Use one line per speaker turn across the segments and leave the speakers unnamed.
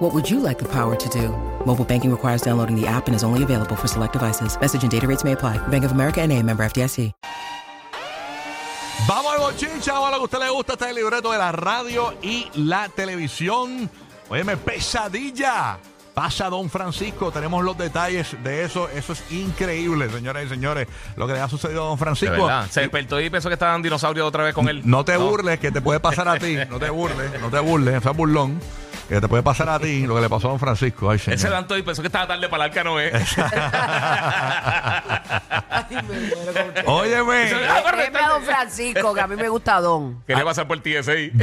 What would you like the power to do? Mobile banking requires downloading the app and is only available for select devices. Message and data rates may apply. Bank of America and a member FDIC.
Vamos al bochincha, vamos a lo que a usted le gusta, este es el libreto de la radio y la televisión. Óyeme, pesadilla. Pasa Don Francisco, tenemos los detalles de eso. Eso es increíble, señoras y señores, lo que le ha sucedido a Don
De
Francisco.
verdad. Se despertó y pensó que estaban dinosaurios otra vez con él.
No te burles, que te puede pasar a ti. No te burles, no te burles, o sea, burlón. Que te puede pasar a ti lo que le pasó a Don Francisco. Ay,
Él se
señor.
levantó y pensó que estaba tarde para el arca Eh, Noé.
Óyeme,
Ah,
Siempre a Eh, don Francisco, que a mí me gusta don.
Ah.
Quería pasar por ti ese ahí.
Don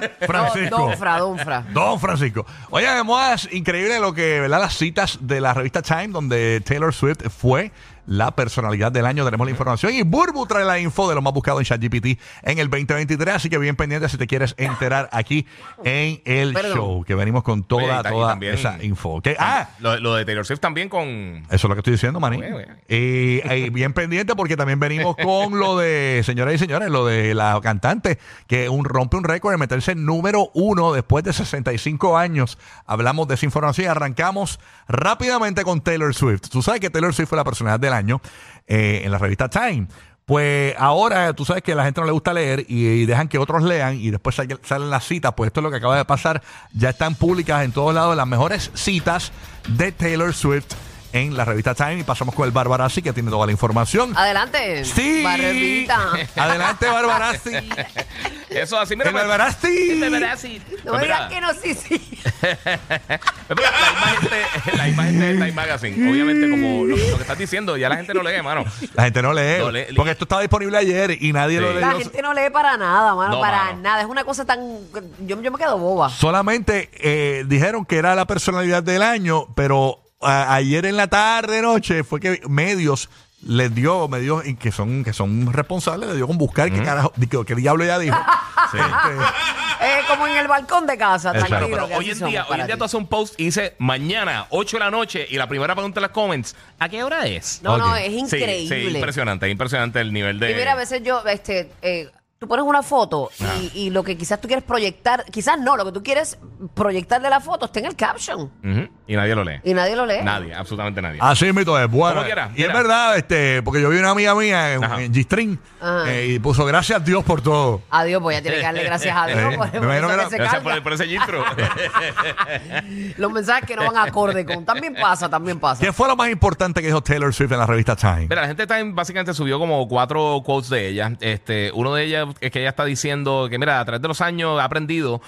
Don,
Francisco.
don Fra, don Fra.
Don Francisco. Oye, además, increíble lo que, ¿verdad? Las citas de la revista Time, donde Taylor Swift fue la personalidad del año. Tenemos la información. Y Burbu trae la info de lo más buscado en ChatGPT en el 2023. Así que bien pendiente si te quieres enterar aquí en el
Perdón.
show, que venimos con toda,
Oye, y ta- y
toda
también-
esa info. ¿ok? Ah,
Lo, lo de Taylor Swift también con.
eso es lo que estoy diciendo, Maní.
Bueno, bueno.
Y, y bien pendiente porque también venimos con lo de, señoras y señores, lo de la cantante que un, rompe un récord de meterse en número uno después de 65 años. Hablamos de esa información y arrancamos rápidamente con Taylor Swift. Tú sabes que Taylor Swift fue la personalidad del año eh, en la revista Time. Pues ahora tú sabes que a la gente no le gusta leer y, y dejan que otros lean y después sal- salen las citas. Pues esto es lo que acaba de pasar. Ya están públicas en todos lados las mejores citas de Taylor Swift en la revista Time y pasamos con el Barbarazzi que tiene toda la información.
Ah, Adelante.
Sí.
Barrerita.
Adelante, Barbarazzi.
Eso así, mira.
el Barbarazzi.
No me digas que no, sí, sí.
Pero Pues mira, la imagen, de- la imagen del Time Magazine, obviamente, como lo, lo que estás diciendo, ya la gente no lee, mano.
La gente no lee,
No lee.
porque esto estaba disponible ayer y nadie
Sí.
lo
La
leyó.
gente no lee para nada, mano.
No,
para
mano.
nada. Es una cosa tan. Yo, yo me quedo boba.
Solamente eh, dijeron que era la personalidad del año, pero a- ayer en la tarde, noche, fue que medios les dio, medios y que son, que son responsables, le dio con buscar qué carajo, di- que, que diablo ya dijo. Este,
Es Eh, como en el balcón de casa,
Exacto.
tranquilo.
Pero
que
hoy
así
en
somos
día, hoy
para
en día
ti.
tú haces un post y dices mañana, 8 de la noche, y la primera pregunta en las comments, ¿a qué hora es?
No, no,
Ok.
es
Sí,
increíble.
Sí, impresionante, impresionante el nivel de.
Y mira, a veces yo, este, eh, tú pones una foto y, y lo que quizás tú quieres proyectar, quizás no, lo que tú quieres proyectar de la foto está en el caption.
Ujú, Y nadie lo lee.
Y nadie lo lee.
Nadie, absolutamente nadie.
Así mito es, bueno.
Como quiera,
y es
mira.
verdad, este, porque yo vi una amiga mía en,
Ajá.
en G-String
Ajá.
eh, y puso gracias a Dios por todo.
Adiós, pues ya tiene que darle gracias a Dios.
Eh,
por- por
me imagino
eso
que
que
no.
se
Gracias
carga.
por, por ese intro.
Los mensajes que no van acorde con. También pasa, también pasa.
¿Qué fue lo más importante que dijo Taylor Swift en la revista Time?
Mira, la gente Time básicamente subió como cuatro quotes de ella. Este, uno de ellas es que ella está diciendo que, mira, a través de los años ha aprendido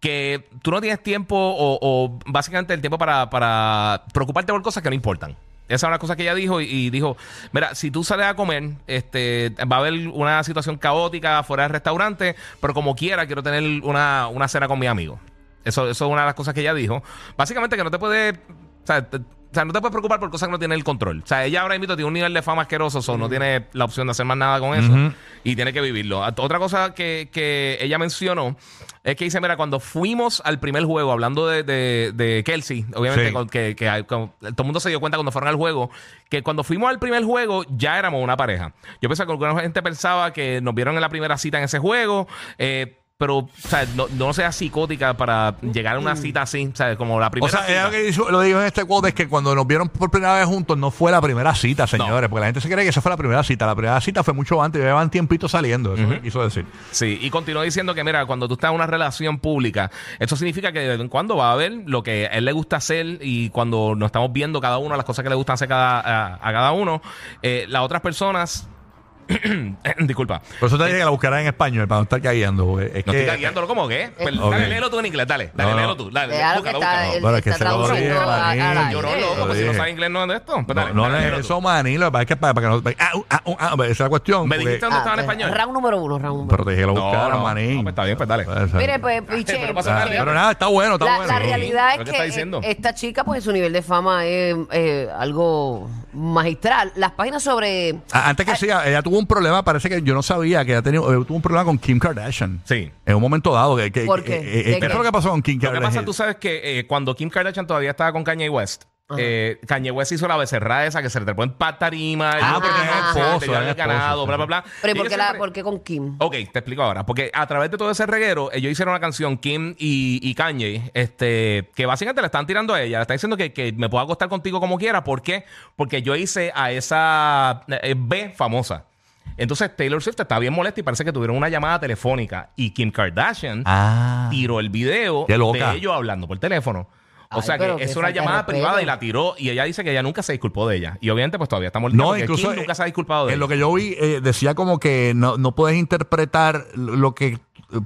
que tú no tienes tiempo o, o básicamente el tiempo para, para preocuparte por cosas que no importan. Esa es una cosa que ella dijo y, y dijo, mira, si tú sales a comer, este, va a haber una situación caótica fuera del restaurante, pero como quiera quiero tener una, una cena con mi amigo. Eso, eso es una de las cosas que ella dijo. Básicamente que no te puede... O sea, te- o sea, no te puedes preocupar por cosas que no tiene el control. O sea, ella ahora mismo tiene un nivel de fama asqueroso, so no tiene la opción de hacer más nada con eso y tiene que vivirlo. At- Otra cosa que, que ella mencionó es que dice, mira, cuando fuimos al primer juego, hablando de, de- de Kelsey, obviamente
Sí.
con- que, que hay- con- todo el mundo se dio cuenta cuando fueron al juego, que cuando fuimos al primer juego ya éramos una pareja. Yo pensaba que alguna gente pensaba que nos vieron en la primera cita en ese juego, eh, pero o sea, no, no sea psicótica para llegar a una cita así, o sea, como la
Mm. o
primera
sea,
cita.
ella lo que dijo, lo dijo en este quote es que cuando nos vieron por primera vez juntos no fue la primera cita, señores, porque la gente se cree que esa fue la primera cita. La primera cita fue mucho antes, ya llevan tiempito saliendo, eso es lo que quiso decir.
Sí, y continuó diciendo que, mira, cuando tú estás en una relación pública, eso significa que de vez en cuando va a haber lo que a él le gusta hacer y cuando nos estamos viendo cada uno, las cosas que le gustan hacer cada, a, a cada uno, eh, las otras personas. Disculpa.
Por eso te dije que la buscarás en español, para no estar cayendo. porque Es
Eh, No
que,
estoy cagueándolo como que. Pues,
Eh, Ok.
Dale, léelo tú en inglés, dale. Dale,
No.
léelo tú. Dale,
Déjalo que
búscalo,
está
búscalo.
él
Bueno, es que
está
se lo
traduciendo
dije,
a- al
Manín.
Llorón,
aire.
Yo
loco, pues si
Lo
no
dije.
sabe inglés, no es de esto. Pues, dale,
no, no
dale,
lees
léelo tú.
eso, Manilo, es que para, para que no. ah, ah, ah, ah, esa es la cuestión.
Me
porque-
dijiste dónde estaba en
pues,
español.
Round número uno, round número
pero
uno.
te dije que la
No,
buscara,
no.
Manín.
No, pues, está bien, pues, dale.
Esa-
Mire, pues, piche,
pero pasa
Ah,
nada,
pero nada, está bueno, está
la,
bueno.
la
Sí.
realidad
¿Pero
es
qué
que
está diciendo?
eh, esta chica, pues su nivel de fama es eh, algo magistral. Las páginas sobre.
A- Antes que siga, ella tuvo un problema, parece que yo no sabía que ella tenía, eh, tuvo un problema con Kim Kardashian.
Sí.
En un momento dado. Que, que-
¿Por
que-
qué?
eh, eh,
¿De
¿Qué
qué?
es lo que pasó con Kim
Lo que
Kardashian?
pasa, tú sabes que eh, cuando Kim Kardashian todavía estaba con Kanye West, eh, Kanye West hizo la becerrada esa que se le trepó en patarima.
Ah, porque
era
esposo, era
el
esposo,
ganado,
sí.
bla, bla, bla.
Pero ¿y
Ella
por qué, la-
siempre-
por qué con Kim?
Ok, te explico ahora. Porque a través de todo ese reguero, ellos hicieron una canción, Kim y, y Kanye, este, que básicamente le están tirando a ella. Le están diciendo que, que me puedo acostar contigo como quiera. ¿Por qué? Porque yo hice a esa eh, B famosa. Entonces Taylor Swift está bien molesta y parece que tuvieron una llamada telefónica. Y Kim Kardashian
Ah.
tiró el video
Qué loca.
de ellos hablando por teléfono. O
Ay,
sea
pero
que
qué
es una
falta de
llamada
respeto.
privada y la tiró. Y ella dice que ella nunca se disculpó de ella. Y obviamente, pues todavía estamos
No, incluso.
Kim nunca
eh,
se ha disculpado de
En
ella.
lo que yo vi, eh, decía como que no, no puedes interpretar lo que.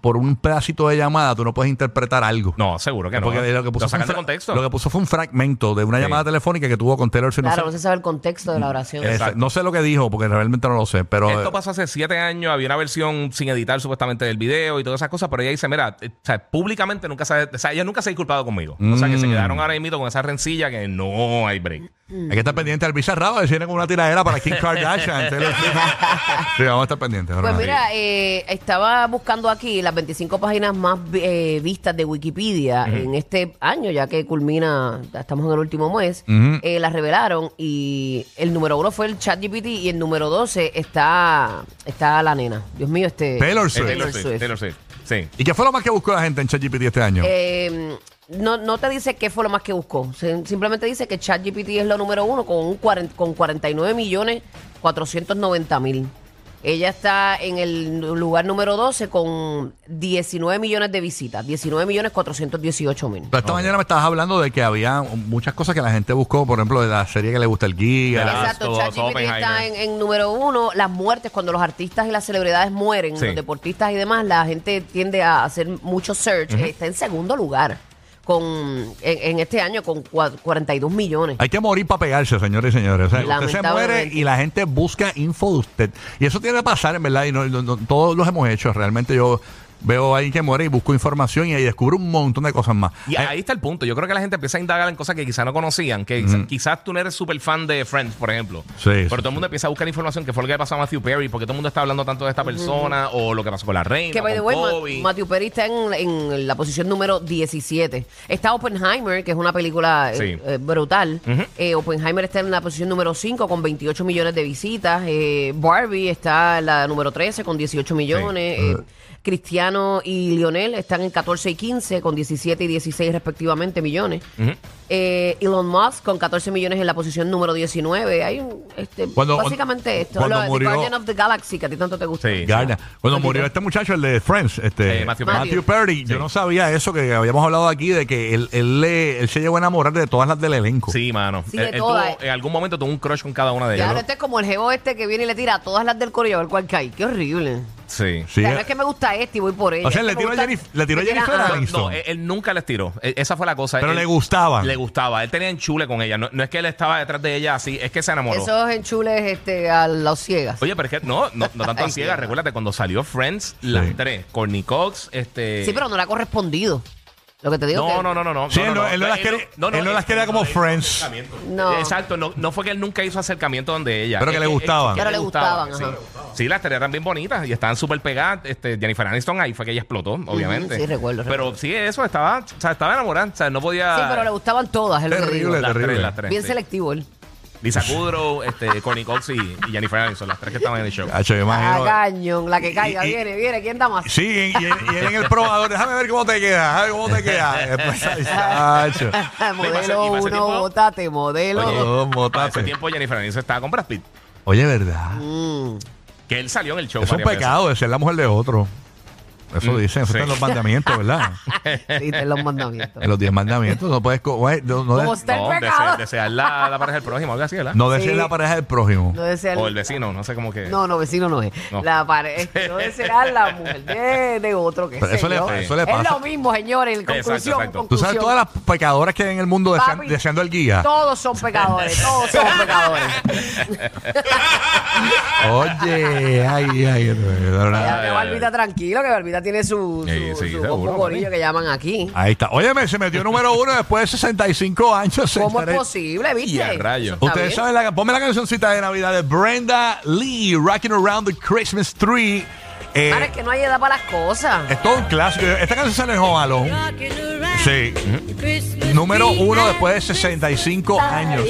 Por un pedacito de llamada, tú no puedes interpretar algo.
No, seguro que no.
Porque lo que puso,
Lo
fue
sacan
un
de
fra-
contexto.
lo que puso fue un fragmento de una
Sí.
llamada telefónica que tuvo con Taylor Swift.
Claro,
no,
no
sé,
se sabe el contexto de la oración.
Eh,
Esa- no sé lo que dijo porque realmente no lo sé, pero eh,
Esto pasó hace siete años, había una versión sin editar supuestamente del video y todas esas cosas, pero ella dice, mira, eh, o sea, públicamente nunca se, ha- o sea, ella nunca se ha disculpado conmigo. O sea, que se
Mm.
quedaron ahora mismo con esa rencilla que no hay break.
hay que estar pendiente al bizarrado de si tienen una tiradera para Kim Kardashian. Taylor Swift. sí, vamos a estar pendientes.
Pues
Jorge.
mira, eh, estaba buscando aquí las 25 páginas más eh, vistas de Wikipedia en este año, ya que culmina, ya estamos en el último mes,
Ujú.
eh, las revelaron y el número uno fue el ChatGPT y el número 12 está, está la nena. Dios mío, este...
Taylor
Eh,
Swift.
Taylor Swift,
Swift.
Taylor Swift. Sí.
¿Y qué fue lo más que buscó la gente en ChatGPT este año?
Eh, no, no te dice qué fue lo más que buscó. Se- Simplemente dice que ChatGPT es lo número uno con, un cuaren- con 49 millones 490 mil. Ella está en el lugar número 12 con 19 millones de visitas. 19 millones 418 mil.
Pero esta mañana me estabas hablando de que había muchas cosas que la gente buscó, por ejemplo, de la serie que le gusta el
De
guía.
la-
Exacto,
Astros,
ChatGPT está
Oppenheimer.
en, en número uno. Las muertes, cuando los artistas y las celebridades mueren,
Sí.
los deportistas y demás, la gente tiende a hacer mucho search. Está en segundo lugar con en, en este año con cua- 42 millones.
Hay que morir para pegarse, señores y señores. O sea, usted se muere
Lamentablemente.
y la gente busca info de usted. Y eso tiene que pasar, en verdad, y no- no- no- todos los hemos hecho. Realmente yo veo a alguien que muere y busco información y ahí descubro un montón de cosas más.
Y ahí está el punto. Yo creo que la gente empieza a indagar en cosas que quizás no conocían. Que quizá- quizás tú no eres súper fan de Friends, por ejemplo.
Mm. Sí,
Pero
sí,
todo el mundo empieza a buscar información que fue lo que le pasó a Matthew Perry, porque todo el mundo está hablando tanto de esta persona, o lo que pasó con la reina,
Que by the
con
way, Ma-
Kobe.
Matthew Perry está en, en la posición número 17. Está Oppenheimer, que es una película eh,
Sí.
eh, brutal.
Ujú.
Eh, Oppenheimer está en la posición número 5 con 28 millones de visitas. Eh, Barbie está en la número 13 con 18 millones. Eh, Cristiano y Lionel están en 14 y 15 con 17 y 16 respectivamente millones.
Ujú.
Eh, Elon Musk con 14 millones en la posición número 19. Hay un, este,
Cuando-
básicamente esto.
cuando
Lo de
murió-
Guardian of the Galaxy, que a ti tanto te gusta.
Sí.
Garda. Cuando
Matthew
murió
Perry.
este muchacho, el de Friends, este,
Eh, Matthew
Matthew,
Perry.
Perry, yo no sabía eso que habíamos hablado aquí, de que él, él le- él se llegó a enamorar de todas las del elenco.
Sí, mano. Eh,
Sí, de
Él- él
todas.
tuvo- en algún momento tuvo un crush con cada una de
Ya,
ellas.
no, este es como el jevo este que viene y le tira a todas las del corillo a ver cuál cae. Qué horrible.
Sí.
O
Sí,
sea, no
eh,
es que me gusta este y voy por ella.
O sea,
Es
le
que me
tiró a
gusta-
Jennifer- le tiró a
me tira-
Jennifer
ah,
Aniston.
No, él, él nunca les tiró. E- Esa fue la cosa.
Pero
Él-
le gustaban.
Le gustaba. Él tenía enchule con ella. No, no es que él estaba detrás de ella así, es que se enamoró.
Esos enchules este, a las ciegas.
Oye, pero es que no, no, no tanto a ciegas. Recuérdate, cuando salió Friends, las
Sí.
tres, Courtney Cox, este.
sí, pero no le ha correspondido. Lo que te digo
No,
que-
no, no, no, no.
Sí, él no- él no las quería- él no las quería como
no,
Friends.
acercamiento.
No.
Exacto, no, no fue que él nunca hizo acercamiento donde ella.
Pero que
Es
le
es
gustaban.
Pero le gustaban,
sí.
ajá.
Sí, las tres eran bien bonitas y estaban súper pegadas. Este, Jennifer Aniston ahí fue que ella explotó, obviamente.
sí, recuerdo, recuerdo.
Pero sí, eso, estaba, o sea, estaba enamorada. O sea, no podía...
Sí, pero le gustaban todas. es lo que
Terrible,
digo.
Las
terrible.
tres, las tres.
Bien
sí.
selectivo él.
Lisa Kudrow, este, Connie Cox y, y Jennifer Aniston, las tres que estaban en el show.
Cacho, yo
Ah,
imagino. eh.
cañón. La que caiga.
y- y-
viene, viene. ¿Quién da más?
Sí, y, y- y él en el probador, déjame ver cómo te queda, déjame ver cómo te queda. Después, ay, chacho.
Y pasa- y
modelo
pasa el
uno,
tiempo.
botate. Modelo.
Oye,
Oh,
Para ese
botate.
tiempo Jennifer Aniston estaba con Brad Pitt,
Oye, ¿verdad?
Mm.
que él salió en el show.
Es un
varias veces.
pecado de ser la mujer de otro. Eso
Mm,
dicen, eso
sí.
está en los mandamientos, ¿verdad?
Sí, te los mandamientos.
En los diez mandamientos no puedes... co- No, no,
Como
des-
está
No,
el
dese-
pecado.
desear la, la pareja del prójimo, algo así, ¿verdad?
no desees
Sí.
la pareja del prójimo.
No desea el-
O el vecino, no sé cómo que.
No, no, vecino no es.
No.
La pared, no será la mujer de, de otro que
Pero eso le- eso le
Es
pasa.
lo mismo, señores. En
Exacto,
conclusión,
exacto.
Tú sabes
conclusión.
todas las pecadoras que hay en el mundo desean-
Papi,
deseando el guía.
Todos son pecadores, todos son pecadores.
Oye, ay, ay, ay, ay, ay, ay, ay.
Ya, que Barbita tranquilo, que Barbita tiene su, su,
Sí, sí,
su
seguro,
combo
mami.
corillo que llaman aquí.
Ahí está. Óyeme, se metió número uno después de 65 años.
¿Cómo es
señores.
posible, viste?
Y a rayos.
Eso está
Ustedes
bien.
saben, la, ponme la cancioncita de Navidad de Brenda Lee, Rocking Around the Christmas Tree. Eh,
Ahora es que no hay edad para las cosas.
es todo un clásico. Esta canción sale en Home Alone. Sí. Número uno después de 65 años.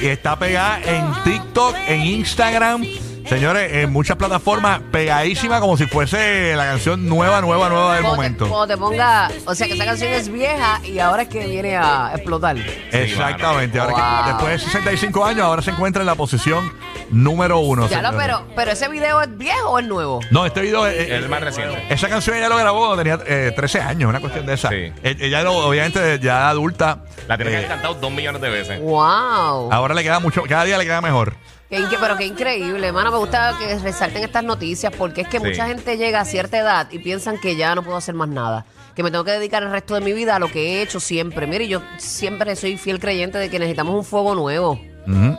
Y está pegada en TikTok, en Instagram. Señores, en muchas plataformas, pegadísima como si fuese la canción nueva, nueva, nueva del
Cuando te-
momento.
cuando te ponga, o sea que esa canción es vieja y ahora es que viene a explotar.
Exactamente. Ahora
Wow.
que, después de 65 años, ahora se encuentra en la posición número uno.
Ya lo,
señores.
pero, pero ese video es viejo o es nuevo.
No, este video es,
El más reciente.
Esa canción ella lo grabó cuando tenía eh, 13 años, una cuestión de esa.
Sí.
E- Ella, lo- obviamente, ya adulta.
La tiene que haber
eh,
cantado dos millones de veces.
Wow.
ahora le queda mucho, cada día le queda mejor.
Qué inque- pero qué increíble, hermano. Me gusta que resalten estas noticias porque es que
Sí.
mucha gente llega a cierta edad y piensan que ya no puedo hacer más nada. Que me tengo que dedicar el resto de mi vida a lo que he hecho siempre. Mire, yo siempre soy fiel creyente de que necesitamos un fuego nuevo.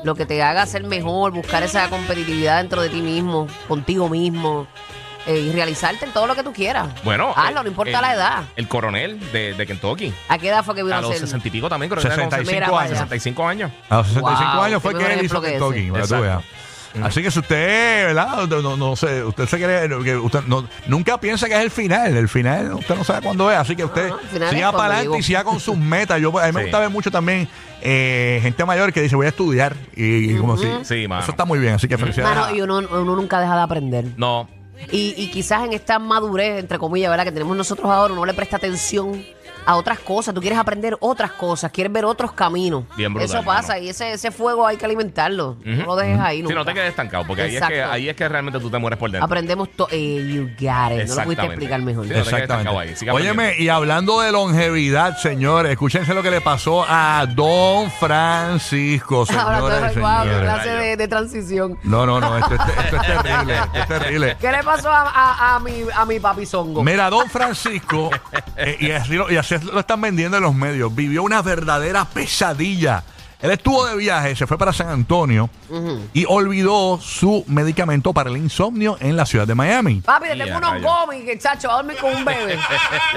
Lo que te haga ser mejor, buscar esa competitividad dentro de ti mismo, contigo mismo. eh, y realizarte en todo lo que tú quieras.
Bueno.
Hazlo,
eh,
Ah, no importa
el-
la edad.
El coronel de, de Kentucky.
¿A qué edad fue que vino
A
a
los
ser?
60 y pico también, creo que era como
65
Mira, vaya.
65 años.
A los 65
Wow,
años fue
qué
que él
mejor
hizo
ejemplo que Mm.
Kentucky,
ese.
para que tú
Exacto.
veas. Así que si usted, ¿verdad? No, no, no sé, usted se cree, que usted no- nunca piensa que es el final, el final usted no sabe cuándo es, así que usted
No, el final es
siga
cuando
para adelante
llegó.
y siga con sus metas. Yo, a mí me
Sí.
gusta ver mucho también eh, gente mayor que dice voy a estudiar y, y como si
Sí, mano.
Eso está muy bien, así que felicidades.
Mano, y uno, uno nunca deja de aprender.
No.
Y, y quizás en esta madurez, entre comillas, ¿verdad? Que tenemos nosotros ahora, uno le presta atención a otras cosas. Tú quieres aprender otras cosas, quieres ver otros caminos.
Bien brutal,
Eso pasa
hermano.
y ese, ese fuego hay que alimentarlo. No lo dejes ahí.
Si no
nunca.
te quedes estancado, porque ahí es, que,
Exacto.
ahí es que realmente tú te mueres por dentro.
Aprendemos todo. you got it. No lo pudiste
Exactamente.
explicar mejor.
Sí, no te quedes
Exactamente.
estancado ahí, siga
Óyeme,
aprendiendo.
y hablando de longevidad, señores, escúchense lo que le pasó a Don Francisco,
Ahora todo
señoras y
es guau,
señores.
clase de, de transición.
No, no, no, esto, es- esto es terrible, esto es terrible.
¿Qué le pasó a, a- a mi, a mi papizongo?
Mira, Don Francisco, eh, y, así lo, y así lo están vendiendo en los medios, vivió una verdadera pesadilla. Él estuvo de viaje, se fue para San Antonio y olvidó su medicamento para el insomnio en la ciudad de Miami.
Papi, te
Ya,
tengo unos
rayo.
gomis, que chacho, a dormir con un bebé.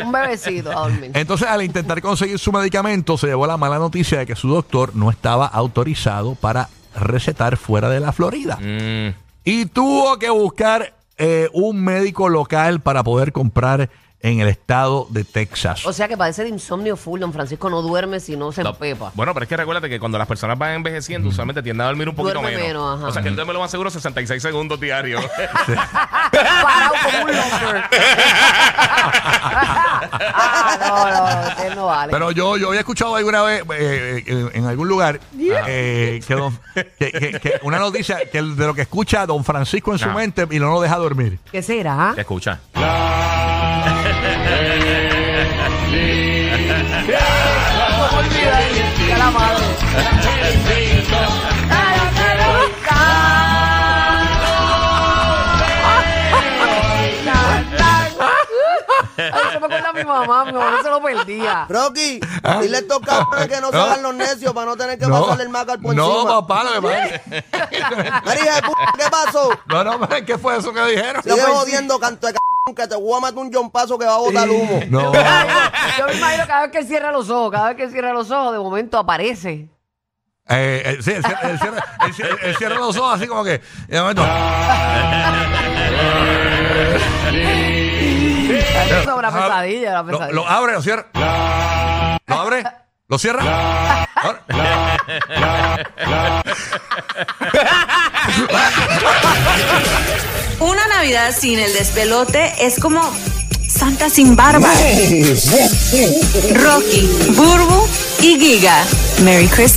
un bebecito, a dormir.
Entonces, al intentar conseguir su medicamento, se llevó la mala noticia de que su doctor no estaba autorizado para recetar fuera de la Florida.
Mm,
Y tuvo que buscar eh, un médico local para poder comprar en el estado de Texas.
O sea que padece de insomnio full, don Francisco no duerme si no se
no.
empepa.
Bueno, pero es que recuérdate que cuando las personas van envejeciendo, usualmente tienden a dormir un poquito
Duerme menos, ajá.
O sea, que él duerme lo más seguro 66 segundos diarios.
Parado como un locker. ah, no, no, usted no vale.
Pero yo, yo había escuchado alguna vez eh, eh, en algún lugar eh, que, don- que- que- que una noticia que el- de lo que escucha don Francisco en su
Ah.
mente y no lo deja dormir.
¿Qué será?
Te escucha.
¿Cómo olvidar? Ya la madre. Ay, qué loca. Ay, Eso me acuerda a mi mamá, mi mamá se lo perdía.
Rocky, dile a estos cabrones que ¿Ah? no se
No.
hagan los necios para no tener que pasarle el maca al por
no,
encima.
papá, lo que pasa-
María de puta, ¿qué pasó?
No, no, pero ¿qué fue eso que dijeron?
Sigue jodiendo, canto de cabrón, que te voy a matar un jompazo que va a botar humo.
No.
Yo me imagino cada vez que cierra los ojos, cada vez que cierra los ojos, de momento aparece.
Eh, eh, sí, él cierra, él cierra- él cierra- él cierra los ojos así como que. y de momento,
Eso es una
abre-
pesadilla, una
lo,
pesadilla.
lo abre, lo cierra. Lo abre, lo cierra. Ahora-
Una Navidad sin el despelote es como Santa sin barba. Rocky, Burbu y Giga. Merry Christmas.